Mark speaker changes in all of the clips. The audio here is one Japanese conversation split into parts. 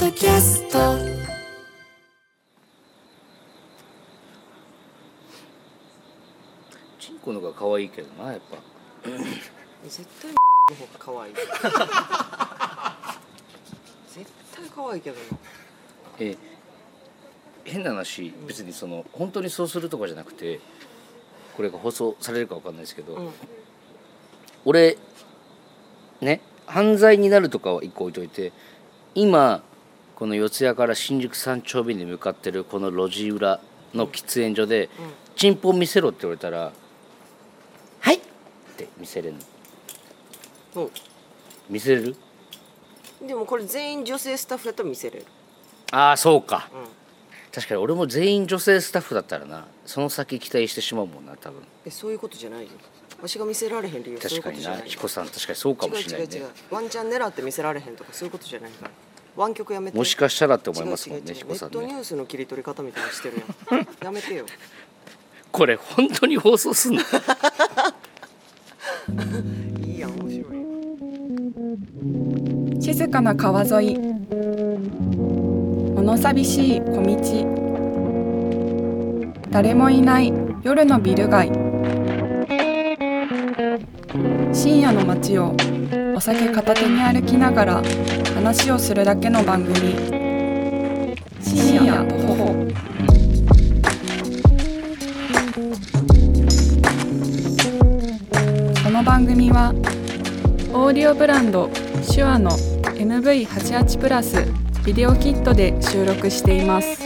Speaker 1: ドキャスト
Speaker 2: チンコの方が可愛いけどなやっぱ
Speaker 3: 絶対の方が可愛い絶対可愛いけどな
Speaker 2: えー変な話別にその本当にそうするとかじゃなくてこれが放送されるかわかんないですけど、
Speaker 3: うん
Speaker 2: 俺ね犯罪になるとかは一個置いといて今この四谷から新宿三丁目に向かってるこの路地裏の喫煙所で「チンポン見せろ」って言われたら「はい!」って見せれる
Speaker 3: そ
Speaker 2: の見せれる
Speaker 3: うでもこれ全員女性スタッフだと見せれる
Speaker 2: ああそうか
Speaker 3: うん
Speaker 2: 確かに俺も全員女性スタッフだったらなその先期待してしまうもんな多分
Speaker 3: えそういうことじゃないよわしが見せられへん理由そういうこ
Speaker 2: 確か
Speaker 3: と
Speaker 2: に
Speaker 3: じゃ
Speaker 2: な
Speaker 3: ない
Speaker 2: 彦さん確かにそうかもしれない
Speaker 3: 違う違う
Speaker 2: ね
Speaker 3: 違うワンチャン狙って見せられへんとかそういうことじゃないから湾曲やめて
Speaker 2: もしかしたらって思いますもん
Speaker 3: 違う違
Speaker 2: ね
Speaker 3: う違う
Speaker 2: 彦さん
Speaker 3: ネットニ
Speaker 2: ね
Speaker 3: ュースの切り取り方みたいにしてるやんやめて よ
Speaker 2: これ本当に放送すん の
Speaker 3: いいやん面白い
Speaker 4: 静かな川沿い物寂しい小道誰もいない夜のビル街深夜の街をお酒片手に歩きながら話をするだけの番組深夜とほほこの番組はオーディオブランド手話の MV88 プラスビデオキットで収録しています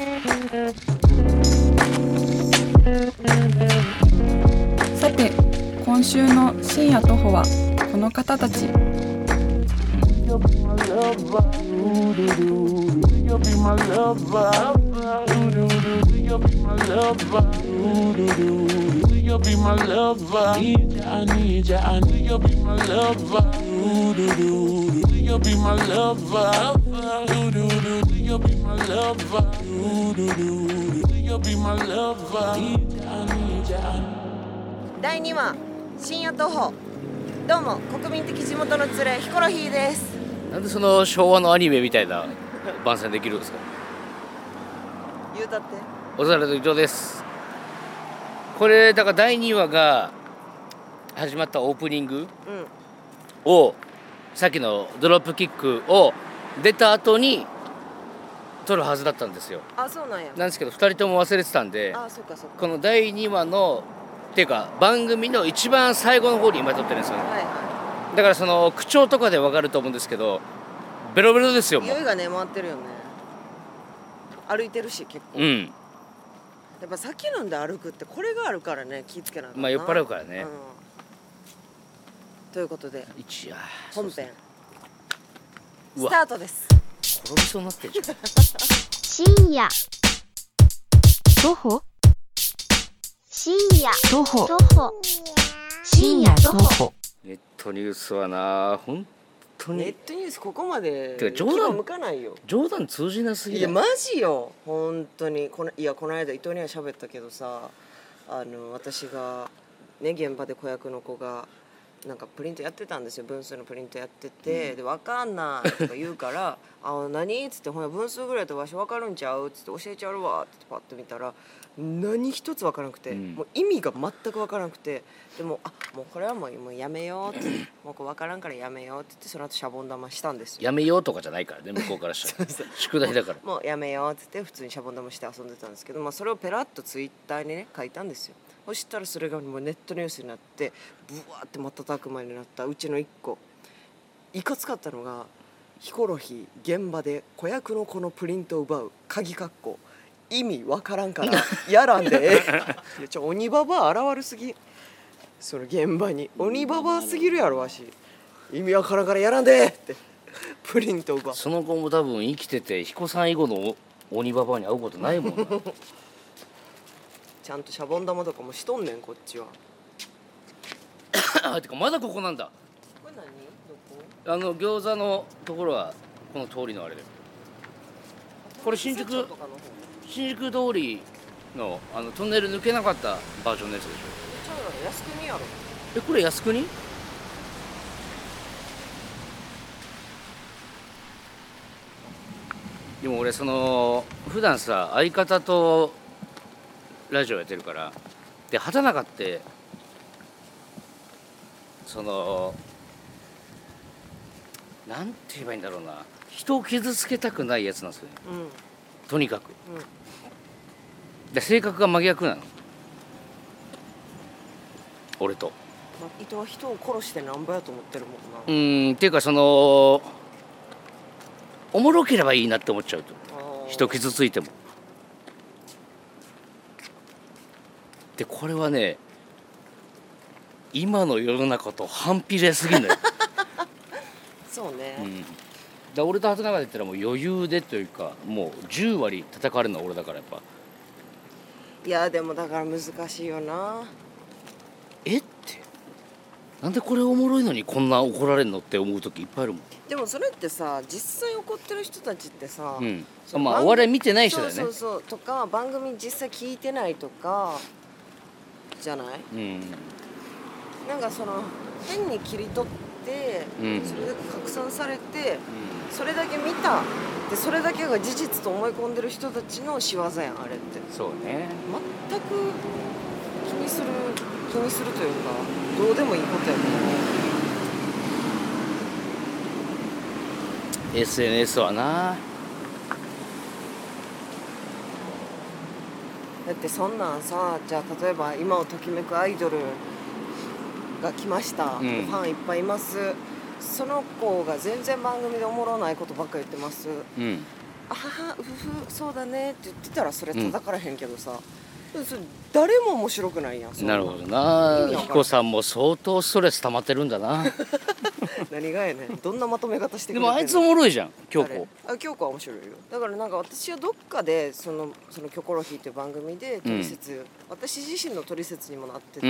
Speaker 4: さて今週の深夜徒歩はこの方たち
Speaker 5: You'll be my lover. Ooh, doo, doo. Will you be my lover? Ooh, doo, doo. Will you be my lover? Ooh, doo, doo. Will you be my lover? Need ya, I need ya, I need you be my lover. Ooh, doo, doo. Will you be my lover? Ooh, doo, doo. Will you be my lover? Ooh, doo, doo. Will you be my lover? Need ya, I need ya, I need ya.
Speaker 3: 第2話深夜徒歩どうも国民的地元の連れヒコロヒーです
Speaker 2: なんでその昭和のアニメみたいな番宣できるんですか
Speaker 3: 言うたって
Speaker 2: おざらの伊藤ですこれだから第2話が始まったオープニング
Speaker 3: うん
Speaker 2: をさっきのドロップキックを出た後に撮るはずだったんですよ
Speaker 3: あそうなんや
Speaker 2: なんですけど2人とも忘れてたんで
Speaker 3: あそっかそっか
Speaker 2: この第2話のっていうか番組の一番最後の方に今撮ってるんですよね
Speaker 3: はいは
Speaker 2: だからその口調とかで分かると思うんですけどベロベロですよ
Speaker 3: い
Speaker 2: もう
Speaker 3: 匂いがね回ってるよね歩いてるし結構
Speaker 2: うん
Speaker 3: やっぱ酒飲んで歩くってこれがあるからね気ぃつけなあかんな
Speaker 2: まあ酔っ払うからね
Speaker 3: んということで
Speaker 2: 一夜
Speaker 3: 本編
Speaker 2: う
Speaker 3: ス
Speaker 2: わ
Speaker 3: タートです
Speaker 2: 転びそうになってんじゃん
Speaker 6: 深夜徒歩深夜徒歩深夜徒歩
Speaker 2: ネットニュースはな本当
Speaker 3: ネッ
Speaker 2: に
Speaker 3: トニュースここまで
Speaker 2: てか冗談
Speaker 3: 気が向かないよ
Speaker 2: 冗談通じなすぎ
Speaker 3: い
Speaker 2: る
Speaker 3: やマジよ本当にこのいやこの間伊藤には喋ったけどさあの私がね現場で子役の子がなんかプリントやってたんですよ分数のプリントやってて、で「わかんない」とか言うから 「あ何?」っつって「ほんなら分数ぐらいとわしわかるんちゃう?」っつって「教えちゃうわ」っつってパッと見たら何一つわからなくて、
Speaker 2: うん
Speaker 3: もう意味が全くわからなくてでも「あもうこれはもうもうやめよう」って「もうこれわからんからやめよう」って言ってその後シャボン玉したんですよ。
Speaker 2: やめようとかじゃないからね向こうから したら宿題だから
Speaker 3: もうやめようっつって普通にシャボン玉して遊んでたんですけど、まあ、それをペラッとツイッターにね書いたんですよそしたらそれがもうネットニュースになってブワーって瞬く間になったうちの一個いかつかったのがヒコロヒー現場で子役の子のプリントを奪う鍵括弧意味わからんから やらんでええいやちょ鬼ババア現るすぎその現場に鬼ババアすぎるやろわし意味わからんからやらんでええってプリント奪う
Speaker 2: その後も多分生きてて彦さん以後のお鬼ババアに会うことないもんな
Speaker 3: ちゃんとシャボン玉とかもしとんねんこっちは
Speaker 2: あてかまだここなんだ
Speaker 3: これ何どこ
Speaker 2: あの餃子のところはこの通りのあれでこれ新宿
Speaker 3: とかの方
Speaker 2: 新宿通りのあのトンネル抜けなかったバージョンのやつでし
Speaker 3: ちゃうやろ靖国やろ
Speaker 2: ょえこれ靖国でも俺その普段さ相方とラジオやってるからで畑中ってそのなんて言えばいいんだろうな人を傷つけたくないやつなんですよね
Speaker 3: うん
Speaker 2: とにかく、
Speaker 3: うん
Speaker 2: で性格が真逆なの俺と
Speaker 3: まあ、伊藤は人を殺してなんぼやと思ってるもんな、
Speaker 2: うーんっていうかそのおもろければいいなって思っちゃうと
Speaker 3: あー
Speaker 2: 人傷ついてもでこれはね今の世の中と反比例すぎるの よ、
Speaker 3: そうね、
Speaker 2: うん、だ俺と畑中で言ったらもう余裕でというかもう10割叩かれるのは俺だからやっぱ
Speaker 3: いやでもだから難しいよな
Speaker 2: えってなんでこれおもろいのにこんな怒られるのって思う時いっぱいあるもん
Speaker 3: でもそれってさ実際怒ってる人たちってさ、
Speaker 2: うん
Speaker 3: その
Speaker 2: まあ
Speaker 3: 番
Speaker 2: お笑い見てない人だよね
Speaker 3: そうそうそうとか番組実際聞いてないとかじゃない
Speaker 2: うん
Speaker 3: なんかその変に切り取って、
Speaker 2: うん
Speaker 3: それで拡散されてそれだけ見たでそれだけが事実と思い込んでる人たちの仕業やんあれって
Speaker 2: そうね
Speaker 3: 全く気にする気にするというかどうでもいいことやもんね
Speaker 2: SNS はな
Speaker 3: だってそんなんさじゃあ例えば今をときめくアイドルが来ました、
Speaker 2: うん
Speaker 3: ファンいっぱいいますその子が全然番組でおもろないことばっか言ってます
Speaker 2: うん
Speaker 3: あははうふそうだねって言ってたらそれ叩からへんけどさ、でもそれ誰も面白くないやんそん
Speaker 2: なるほ
Speaker 3: 意
Speaker 2: どな
Speaker 3: 味わからん
Speaker 2: 彦さんも相当ストレス溜まってるんだ な
Speaker 3: 何がやねんどんなまとめ方してくれて
Speaker 2: で
Speaker 3: ん
Speaker 2: も
Speaker 3: の
Speaker 2: あいつおもろいじゃん京子
Speaker 3: 誰あ京子は面白いよだからなんか私はどっかでその「そのキョコロヒー」っていう番組でトリセツ、私自身のトリセツにもなって
Speaker 2: う
Speaker 3: て、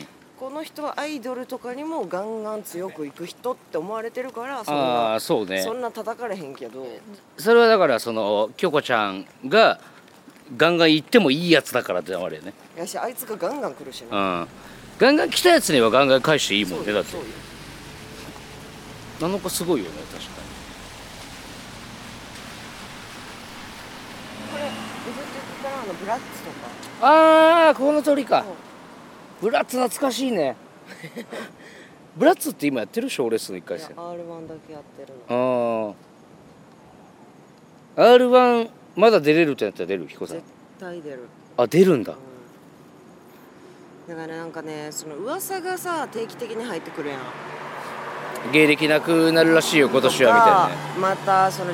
Speaker 2: ん
Speaker 3: この人はアイドルとかにもガンガン強くいく人って思われてるからそん
Speaker 2: あ
Speaker 3: な
Speaker 2: あそうね
Speaker 3: そんな叩かれへんけど
Speaker 2: それはだからその京子ちゃんがガンガン行ってもいいやつだからってのもあるよね
Speaker 3: やしあいつがガンガン来るし
Speaker 2: う
Speaker 3: なん
Speaker 2: ガンガン来たやつにはガンガン返していいもんねだって
Speaker 3: そうよ
Speaker 2: なのかすごいよね確か
Speaker 3: これ譲って言ったらあのブラッツとか
Speaker 2: にああこの鳥か
Speaker 3: そう
Speaker 2: ブラッツ懐かしいね ブラッツって今やってるでしょレースの1回
Speaker 3: いや
Speaker 2: 戦
Speaker 3: R1 だけやってるの
Speaker 2: あー R1 まだ出れるってなったら出る彦さん
Speaker 3: 絶対出る
Speaker 2: あ出るんだ
Speaker 3: だからなんかねその噂がさ定期的に入ってくるやん
Speaker 2: 芸歴なくなるらしいよ今年
Speaker 3: と
Speaker 2: は
Speaker 3: か
Speaker 2: みたいなね
Speaker 3: またその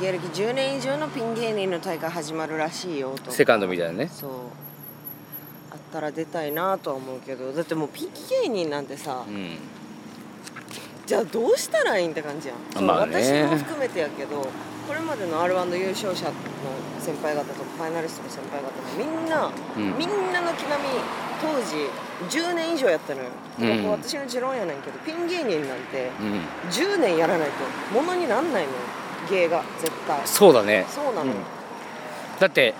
Speaker 3: 芸歴10年以上のピン芸人の大会始まるらしいよとか
Speaker 2: セカンドみたいなね
Speaker 3: そうあったら出たいなとは思うけどだってもうピン芸人なんてさ、
Speaker 2: うん
Speaker 3: じゃあどうしたらいいんって感じやん、そう
Speaker 2: まあね
Speaker 3: 私も含めてやけどこれまでの r 1の優勝者の先輩方とかファイナリストの先輩方もみんな、
Speaker 2: うん
Speaker 3: みんなの木並み当時10年以上やったのよ、だからこ
Speaker 2: うん
Speaker 3: う私の持論やねんけどピン芸人なんて
Speaker 2: うん
Speaker 3: 10年やらないとものになんないのよ芸が絶対
Speaker 2: そうだね
Speaker 3: そうなのよ、
Speaker 2: だって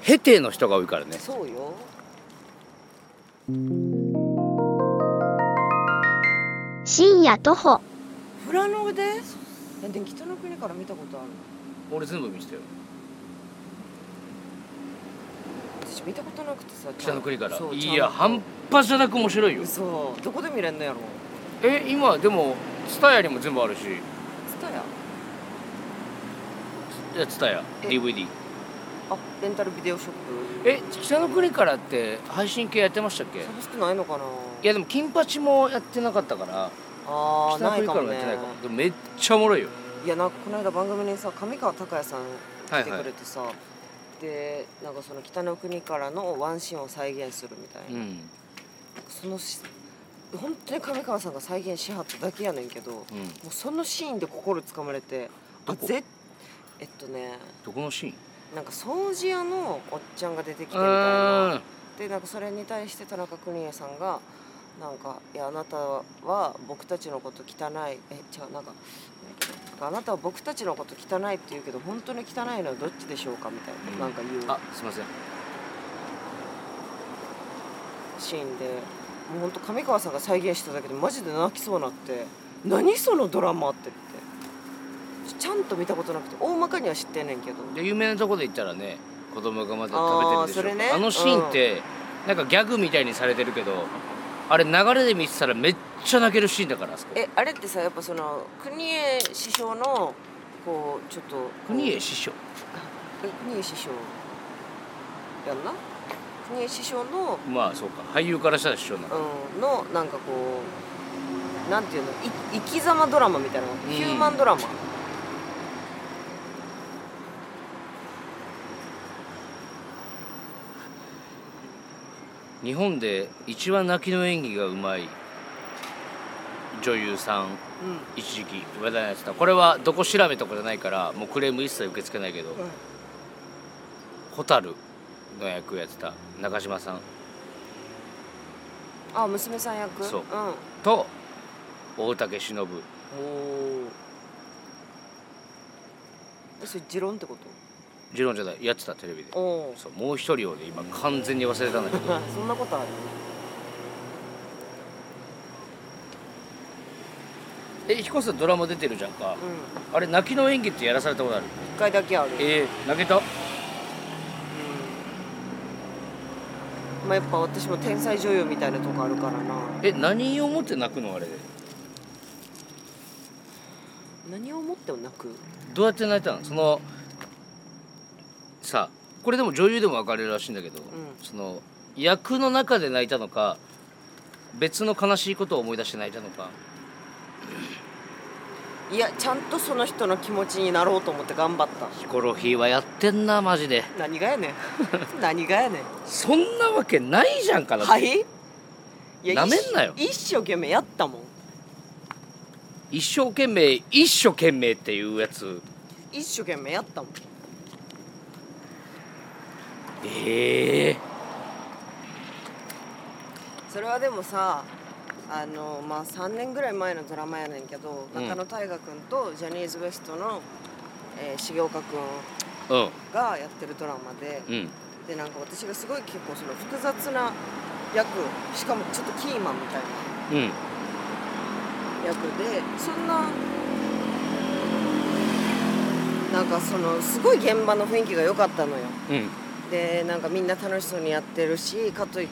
Speaker 2: ヘテの人が多いからね
Speaker 3: そうよ
Speaker 6: 深夜徒歩
Speaker 3: 富良野でえでも北の国から見たことある
Speaker 2: 俺全部見せたよ
Speaker 3: 私見たことなくてさ
Speaker 2: 北の国から
Speaker 3: そう
Speaker 2: い
Speaker 3: ちゃ
Speaker 2: や
Speaker 3: んと
Speaker 2: 半端じゃなく面白いよ
Speaker 3: 嘘どこで見れんのやろ
Speaker 2: え今でもツタヤにも全部あるし
Speaker 3: ツタヤ
Speaker 2: いやツタヤ
Speaker 3: え
Speaker 2: DVD
Speaker 3: あレンタルビデオショップ
Speaker 2: え北の国からって配信系やってましたっけい
Speaker 3: 寂しくないのかな
Speaker 2: やでも金八もやってなかったから
Speaker 3: あ
Speaker 2: 北
Speaker 3: ー
Speaker 2: の
Speaker 3: ない
Speaker 2: 国
Speaker 3: か
Speaker 2: から
Speaker 3: も
Speaker 2: も
Speaker 3: ね
Speaker 2: やってないかもでもめっちゃおもろいよ
Speaker 3: いやなんかこの間番組にさ上川隆也さん
Speaker 2: は
Speaker 3: 来
Speaker 2: い
Speaker 3: てくれてさ、でなんかその北の国からのワンシーンを再現するみたいな、
Speaker 2: うん
Speaker 3: そのし本当に上川さんが再現しはっただけやねんけども
Speaker 2: うん
Speaker 3: うそのシーンで心つかまれてあ
Speaker 2: どこ
Speaker 3: ぜえっとね
Speaker 2: どこのシーン
Speaker 3: なんか掃除屋のおっちゃんが出てきてみたいな
Speaker 2: あ
Speaker 3: でなんかそれに対して田中邦衛さんが「なんかいやあなたは僕たちのこと汚いえ違うなんかあなたは僕たちのこと汚いって言うけど本当に汚いのはどっちでしょうか?」みたいな、なんか言う
Speaker 2: すいません
Speaker 3: シーンでもう本当上川さんが再現しただけでマジで泣きそうになって「何そのドラマ」って言ってちゃんと見たことなくて大まかには知ってんねんけど
Speaker 2: で有名なとこで言ったらね子供がまだ
Speaker 3: あー
Speaker 2: 食べてるでしょ
Speaker 3: それね
Speaker 2: あのシーンって、なんかギャグみたいにされてるけどあれ流れで見てたらめっちゃ泣けるシーンだからあそこ
Speaker 3: えあれってさやっぱその国枝師匠のこうちょっとこう
Speaker 2: 国枝師匠
Speaker 3: え国枝師匠やんな国枝師匠の
Speaker 2: まあそうか俳優からしたら師匠なの
Speaker 3: うん、のなんかこうなんていうのい生き様ドラマみたいな、
Speaker 2: ん
Speaker 3: ヒューマンドラマ
Speaker 2: 日本で一番泣きの演技がうまい女優さん一時期話題になってたこれはどこ調べとかじゃないからもうクレーム一切受け付けないけど蛍、の役をやってた中島さん
Speaker 3: あ娘さん役、
Speaker 2: そうんと大竹しのぶ
Speaker 3: おーえそれ持論ってこ
Speaker 2: ジロンじゃないやってたテレビで
Speaker 3: とおー
Speaker 2: そうもう一人をね今完全に忘れたんだけど
Speaker 3: そんなことある
Speaker 2: え彦さんドラマ出てるじゃんか
Speaker 3: うん
Speaker 2: あれ泣きの演技ってやらされたことある
Speaker 3: 一回だけある
Speaker 2: えー、泣けた
Speaker 3: うんまあやっぱ私も天才女優みたいなとこあるからな
Speaker 2: え何をもって泣くのあれで
Speaker 3: 何をもっても泣く
Speaker 2: どうやって泣いたのそのさこれでも女優でも分かれるらしいんだけど、その役の中で泣いたのか別の悲しいことを思い出して泣いたのか
Speaker 3: いやちゃんとその人の気持ちになろうと思って頑張った
Speaker 2: ヒコロヒーはやってんなマジで
Speaker 3: 何がや ねん何がやねん
Speaker 2: そんなわけないじゃんかな
Speaker 3: はいい
Speaker 2: なめんなよ
Speaker 3: 一一生懸命やったもん
Speaker 2: 一生懸命一生懸命っていうやつ
Speaker 3: 一生懸命やったもん
Speaker 2: ええ
Speaker 3: それはでもさあのまあ3年ぐらい前のドラマやねんけど、
Speaker 2: うん
Speaker 3: 中野大河君とジャニーズ WEST の、えー、重岡君がやってるドラマで、
Speaker 2: うんうん
Speaker 3: でなんか私がすごい結構その複雑な役しかもちょっとキーマンみたいな
Speaker 2: うん
Speaker 3: 役でそんななんかそのすごい現場の雰囲気が良かったのよ
Speaker 2: うん
Speaker 3: でなんかみんな楽しそうにやってるしかとい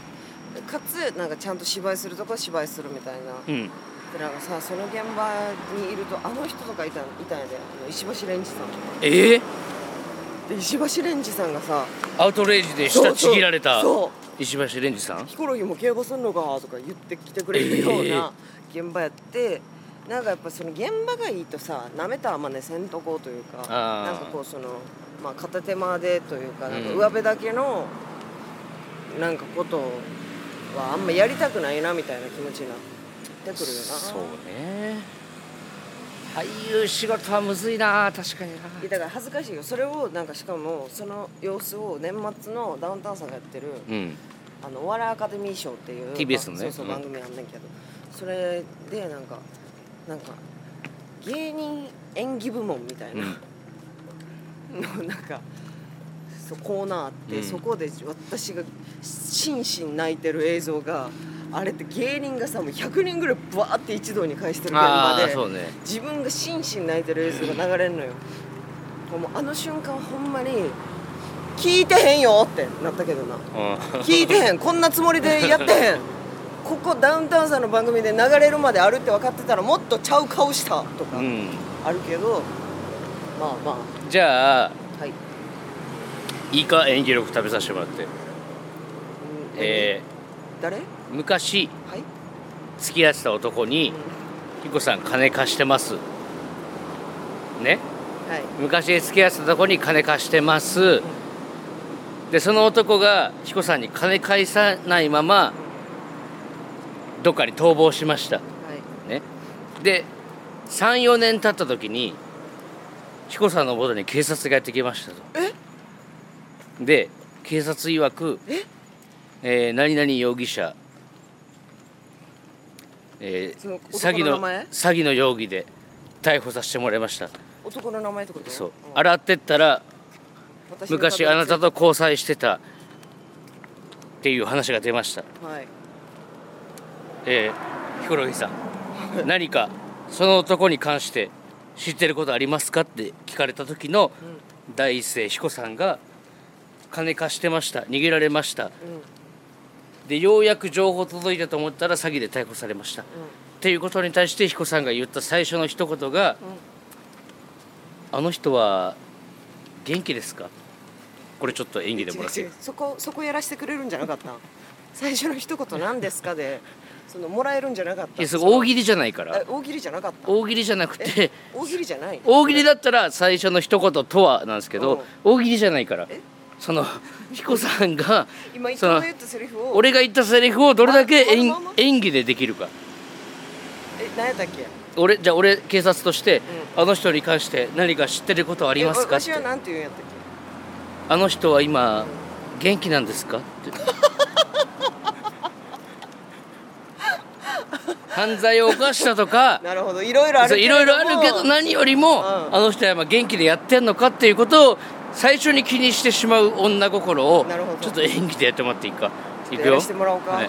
Speaker 3: かつなんかちゃんと芝居するとこは芝居するみたいな、
Speaker 2: うん
Speaker 3: でなんかさその現場にいるとあの人とかいたいたんやであの石橋蓮司さんとか
Speaker 2: ええ
Speaker 3: で石橋蓮司さんがさ
Speaker 2: アウトレイジで舌ちぎられ
Speaker 3: そ
Speaker 2: た
Speaker 3: うそう
Speaker 2: 石橋蓮司さん
Speaker 3: ヒコロヒーも競馬すんのかとか言ってきてくれるような現場やって、なんかやっぱその現場がいいとさなめたらまねせんとこうというか
Speaker 2: あ
Speaker 3: な
Speaker 2: ー
Speaker 3: んかこうその、まあ、片手間でというかなんか
Speaker 2: うん
Speaker 3: 上辺だけのなんかことはあんまやりたくないなみたいな気持ちになってくるよな。
Speaker 2: そうね俳優仕事はむずいな確かにない
Speaker 3: やだから恥ずかしいよそれをなんかしかもその様子を年末のダウンタウンさんがやってる
Speaker 2: うん
Speaker 3: あのお笑いアカデミー賞っていう
Speaker 2: TBS のね
Speaker 3: まあそうそう
Speaker 2: うん
Speaker 3: 番組あんねんけど、それでなんかなんか芸人演技部門みたいな、 のなんかそうコーナーあって、
Speaker 2: うん
Speaker 3: そこで私が心身泣いてる映像があれって芸人がさもう100人ぐらいバーって一堂に会してる現場
Speaker 2: ああ
Speaker 3: で
Speaker 2: そうね
Speaker 3: 自分が心身泣いてる映像が流れるのよもうあの瞬間ほんまに「聞いてへんよ!」ってなったけどな
Speaker 2: う
Speaker 3: 聞いてへんこんなつもりでやってへんここダウンタウンさんの番組で流れるまであるって分かってたらもっとちゃう顔したとか
Speaker 2: ん、うん、
Speaker 3: あるけど、まあま
Speaker 2: じゃあ
Speaker 3: あはい、
Speaker 2: いいか演技力食べさせてもらってえ
Speaker 3: 誰はい
Speaker 2: ー、昔付き合ってた男に「ひこさん金貸してます」ね
Speaker 3: はい
Speaker 2: 昔付き合ってた男に金貸してますでその男が彦さんに金返さないままどっかに逃亡しました
Speaker 3: はい
Speaker 2: ねで34年経った時に彦さんの元に警察がやってきましたとで警察曰くえー何々容疑者、えー
Speaker 3: その
Speaker 2: 詐
Speaker 3: 男
Speaker 2: 欺
Speaker 3: の
Speaker 2: の
Speaker 3: 名前
Speaker 2: 詐欺の容疑で逮捕させてもらいました
Speaker 3: 男の名前ってこと
Speaker 2: そう
Speaker 3: あら
Speaker 2: 洗ってったら昔あなたと交際してたっていう話が出ました
Speaker 3: はい
Speaker 2: えーヒコロヒーさん何かその男に関して知ってることありますかって聞かれた時の第一声彦さんが「金貸してました逃げられました」でようやく情報届いたと思ったら詐欺で逮捕されました、っていうことに対して彦さんが言った最初の一言が「あの人は元気ですか?」これちょっと演技でもらっていい
Speaker 3: 違う違うそこそこやらせてくれるんじゃなかった最初の一言何ですかでそのもらえるんじゃなかっ
Speaker 2: い
Speaker 3: た
Speaker 2: やそこ大喜
Speaker 3: 利
Speaker 2: 利じゃないから
Speaker 3: 大喜利じゃなかった
Speaker 2: 大喜利じゃなくて
Speaker 3: 大喜利じゃない
Speaker 2: 大喜利だったら最初の一言とはなんですけど大喜利じゃないから
Speaker 3: え
Speaker 2: その 彦さんが
Speaker 3: 今伊藤
Speaker 2: その
Speaker 3: の言ったセリフを
Speaker 2: 俺が言ったセリフをどれだけ
Speaker 3: あ
Speaker 2: 演
Speaker 3: まんま
Speaker 2: 演技でできるか
Speaker 3: え何やったっけ
Speaker 2: 俺じゃあ俺警察としてあの人に関して何か知ってることあります
Speaker 3: え
Speaker 2: か
Speaker 3: わ
Speaker 2: っ
Speaker 3: しては何て言うんやったっ
Speaker 2: あの人は今元気なんですかって 犯罪を犯したとか
Speaker 3: けなるほどいろいろある
Speaker 2: そう
Speaker 3: け
Speaker 2: い
Speaker 3: れど
Speaker 2: ろ
Speaker 3: も
Speaker 2: いろあるけど何よりも、
Speaker 3: ん
Speaker 2: あの人は今元気でやってんのかっていうことを最初に気にしてしまう女心を
Speaker 3: なるほど
Speaker 2: ちょっと演技でやってもらっていいかい
Speaker 3: ちょっ
Speaker 2: く
Speaker 3: とや
Speaker 2: よ
Speaker 3: らせてもらおうか、
Speaker 2: はい、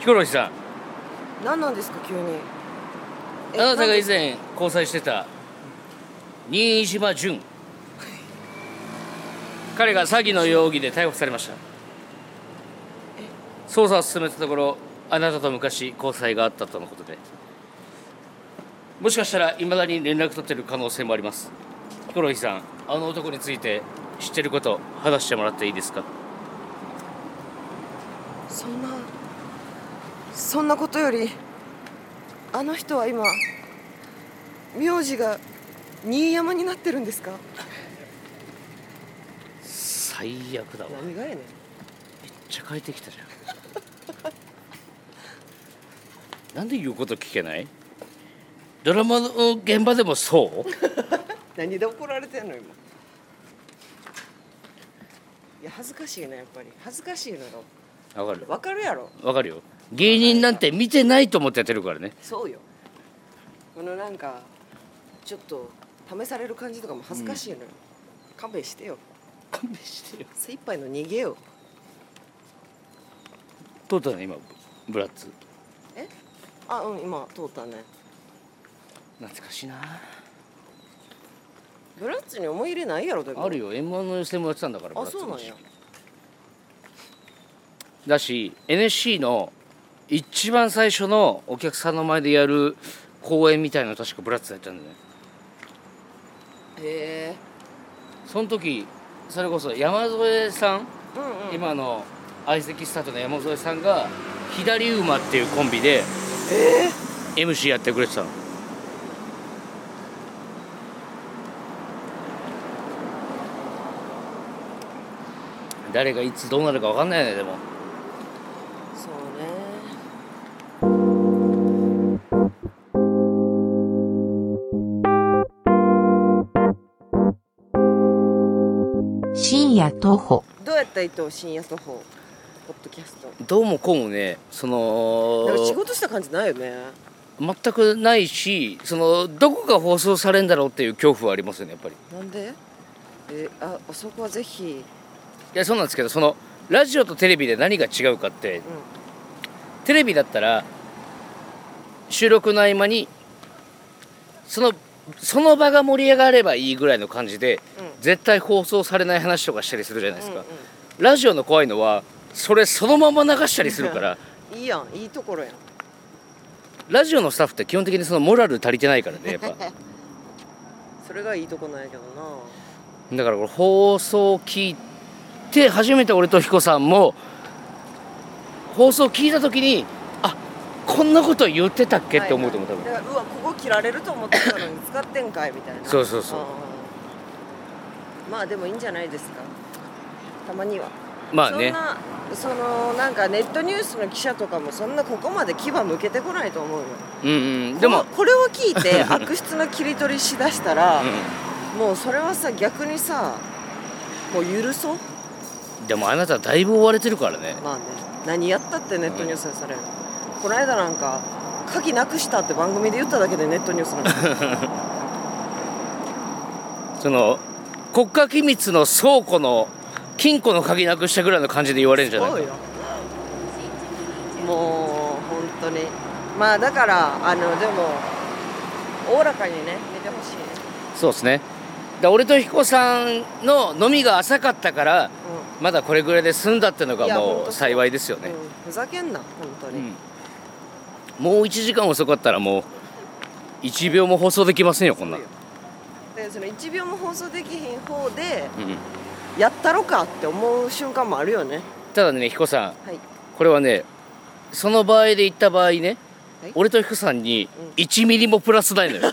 Speaker 2: 彦星さん
Speaker 3: 何なんですか急に
Speaker 2: あなたが以
Speaker 3: なんで
Speaker 2: 前交際してた新島淳彼が詐欺の容疑で逮捕されました捜査を進めたところあなたと昔交際があったとのことでもしかしたらいまだに連絡取ってる可能性もありますヒコロヒーさんあの男について知ってること話してもらっていいですか
Speaker 3: そんなそんなことよりあの人は今名字が新山になってるんですか
Speaker 2: 最悪だわめ
Speaker 3: 何
Speaker 2: っ
Speaker 3: がやねん
Speaker 2: ちゃ帰ってきたじゃんなんで言うこと聞けないドラマの現場でもそう
Speaker 3: 何で怒られてんの今いや恥ずかしいなやっぱり恥ずかしいのよ
Speaker 2: わかる
Speaker 3: わかるやろ
Speaker 2: わかるよ芸人なんて見てないと思ってやってるからね
Speaker 3: そうよこのなんかちょっと試される感じとかも恥ずかしいのよ、勘弁してよ
Speaker 2: 勘弁してよ
Speaker 3: 精一杯の逃げよ
Speaker 2: 通ったね今ブラッツ
Speaker 3: えあうん今通ったね
Speaker 2: 懐かしいな
Speaker 3: ブラッツに思い入れないやろでも
Speaker 2: あるよ m 1の予選もやってたんだから
Speaker 3: あ
Speaker 2: ブラッツ
Speaker 3: そうなんや
Speaker 2: だし NSC の一番最初のお客さんの前でやる公演みたいなの確かブラッツやったんだよね
Speaker 3: へえ
Speaker 2: その時それこそ山添さん
Speaker 3: うんうん
Speaker 2: 今の相席スタートの山添さんが左馬っていうコンビで MC やってくれてたの誰がいつどうなるか分かんないよねでも
Speaker 3: そうね
Speaker 1: 深夜徒歩。
Speaker 3: どうやった伊藤深夜徒歩ポッドキャスト
Speaker 2: どうもこうもねそ
Speaker 3: なんか仕
Speaker 2: の
Speaker 3: 事した感じないよね
Speaker 2: 全くないしそのどこが放送されるんだろうっていう恐怖はありますよねやっぱり
Speaker 3: なんでえああそこはぜひ
Speaker 2: いやそうなんですけどそのラジオとテレビで何が違うかって、テレビだったら収録の合間にそのその場が盛り上がればいいぐらいの感じで、
Speaker 3: う
Speaker 2: 絶対放送されない話とかしたりするじゃないですか、
Speaker 3: うん
Speaker 2: ラジオの怖いのはそれそのまま流したりするから
Speaker 3: いいやんいいところやん
Speaker 2: ラジオのスタッフって基本的にそのモラル足りてないからねやっぱ
Speaker 3: それがいいとこなんやけどな
Speaker 2: だからこれ放送聞いて初めて俺と彦さんも放送聞いた時にあこんなこと言ってたっけって思うと思う多分
Speaker 3: だからうわここ切られると思ってたのに 使ってんかいみたいな
Speaker 2: そうそうそうん
Speaker 3: まあでもいいんじゃないですかたまには
Speaker 2: まあね
Speaker 3: そんなそのなんかネットニュースの記者とかもそんなここまで牙向けてこないと思うよ
Speaker 2: うんうんでも
Speaker 3: このこれを聞い て悪質な切り取りしだしたら、
Speaker 2: う
Speaker 3: もうそれはさ逆にさもう許そうん
Speaker 2: でもあなただいぶ追われてるからね
Speaker 3: まあね何やったってネットニュースにされる、この間なんか鍵なくしたって番組で言っただけでネットニュースなん ですよ
Speaker 2: その国家機密の倉庫の金庫の鍵なくしたぐらいの感じで言われるんじゃない
Speaker 3: そう
Speaker 2: か
Speaker 3: よもう本当にまあだからあのでもおおらかにね見てほしいね
Speaker 2: そうですねだ俺と彦さんの飲みが浅かったからまだこれぐらいで済んだっての
Speaker 3: い
Speaker 2: が
Speaker 3: やほんと
Speaker 2: もう
Speaker 3: そう
Speaker 2: 幸いですよね
Speaker 3: うん、ふざけんな本当に、
Speaker 2: うんもう1時間遅かったらもう1秒も放送できませんよこんな
Speaker 3: そうよでその1秒も放送できひん方で
Speaker 2: うん
Speaker 3: やったろかって思う瞬間もあるよね
Speaker 2: ただね彦さん
Speaker 3: はい
Speaker 2: これはねその場合で言った場合ね
Speaker 3: はい
Speaker 2: 俺と彦さんに
Speaker 3: うん
Speaker 2: 1ミリもプラスないの よ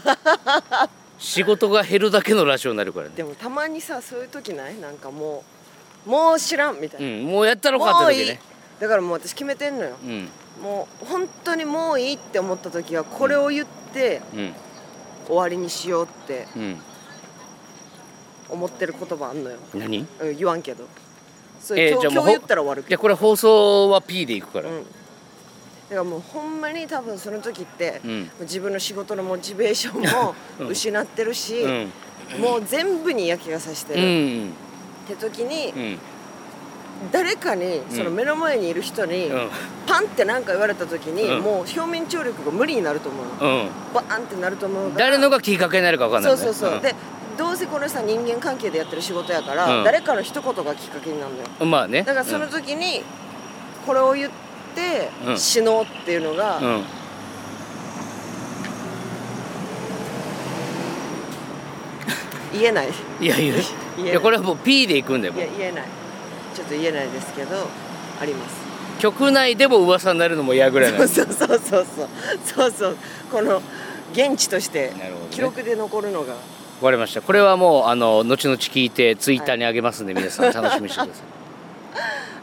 Speaker 2: 仕事が減るだけのラジオになるからね
Speaker 3: でもたまにさそういう時ないなんかもうもう知らんみたいうな、
Speaker 2: んもうやったろか
Speaker 3: も
Speaker 2: っ
Speaker 3: う
Speaker 2: て
Speaker 3: い
Speaker 2: 時
Speaker 3: い
Speaker 2: ね
Speaker 3: だからもう私決めてんのよ
Speaker 2: うん
Speaker 3: もう本当にもういいって思った時はこれを言って
Speaker 2: うん
Speaker 3: 終わりにしようって
Speaker 2: うん
Speaker 3: 思ってる言葉あんのよ、
Speaker 2: 何
Speaker 3: う
Speaker 2: じ
Speaker 3: ん、言わんけどそれ
Speaker 2: えー
Speaker 3: 今日
Speaker 2: じゃあ
Speaker 3: 今
Speaker 2: もう
Speaker 3: 日言ったら終わるけ
Speaker 2: ゃあこれ放送は P でいくから
Speaker 3: ど、うん、だからもうほんまに多分その時って、
Speaker 2: うん
Speaker 3: 自分の仕事のモチベーションも
Speaker 2: うん
Speaker 3: 失ってるし、
Speaker 2: うん
Speaker 3: もう全部に嫌気がさして
Speaker 2: う
Speaker 3: る、
Speaker 2: ん
Speaker 3: って時に、
Speaker 2: うん
Speaker 3: 誰かにその目の前にいる人に、
Speaker 2: うん
Speaker 3: パンって何か言われた時に、
Speaker 2: うん
Speaker 3: もう表面張力が無理になると思うの、
Speaker 2: うん
Speaker 3: バーンってなると思うから
Speaker 2: 誰のがきっかけになるか分かんない
Speaker 3: そ
Speaker 2: よ
Speaker 3: う
Speaker 2: ね
Speaker 3: そうそう、
Speaker 2: ん
Speaker 3: でどうせこのさ人間関係でやってる仕事やから、
Speaker 2: うん
Speaker 3: 誰かの一言がきっかけになるのよ
Speaker 2: まあね
Speaker 3: だからその時にこれを言って
Speaker 2: うん
Speaker 3: 死のうっていうのが、
Speaker 2: うん、うん
Speaker 3: 言えないい
Speaker 2: いやいや
Speaker 3: 言え
Speaker 2: い
Speaker 3: ない
Speaker 2: やこれはもう P でいくんだよもう
Speaker 3: や言えないちょっと言えないですけどあります
Speaker 2: 局内でも噂になるのも嫌ぐらいな
Speaker 3: そ
Speaker 2: の
Speaker 3: うそうそうそうそうそうそうこの現地として
Speaker 2: なるほどね
Speaker 3: 記録で残るのが、
Speaker 2: わかりましたこれはもうあの後々聞いてツイッターに上げますんで、皆さん楽しみにしてください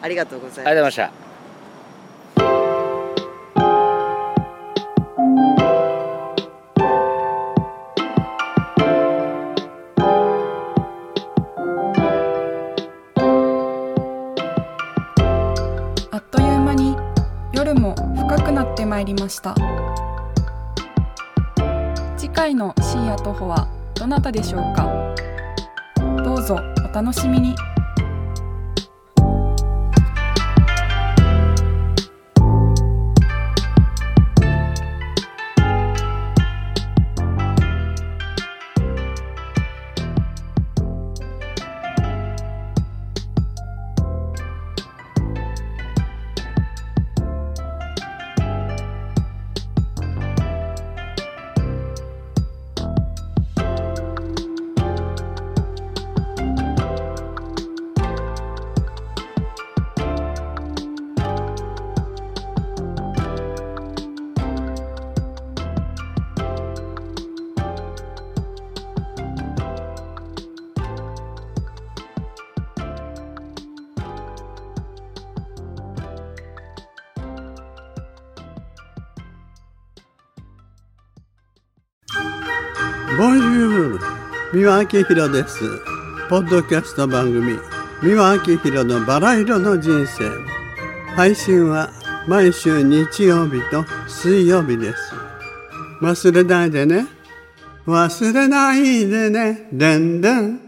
Speaker 3: ありがとうございます
Speaker 2: ありがとうございました
Speaker 4: あっという間に夜も深くなってまいりました次回の深夜徒歩はどなたでしょうかどうぞお楽しみに
Speaker 7: ボンジュール三輪明宏ですポッドキャスト番組三輪明宏のバラ色の人生配信は毎週日曜日と水曜日です忘れないでね忘れないでねでんでん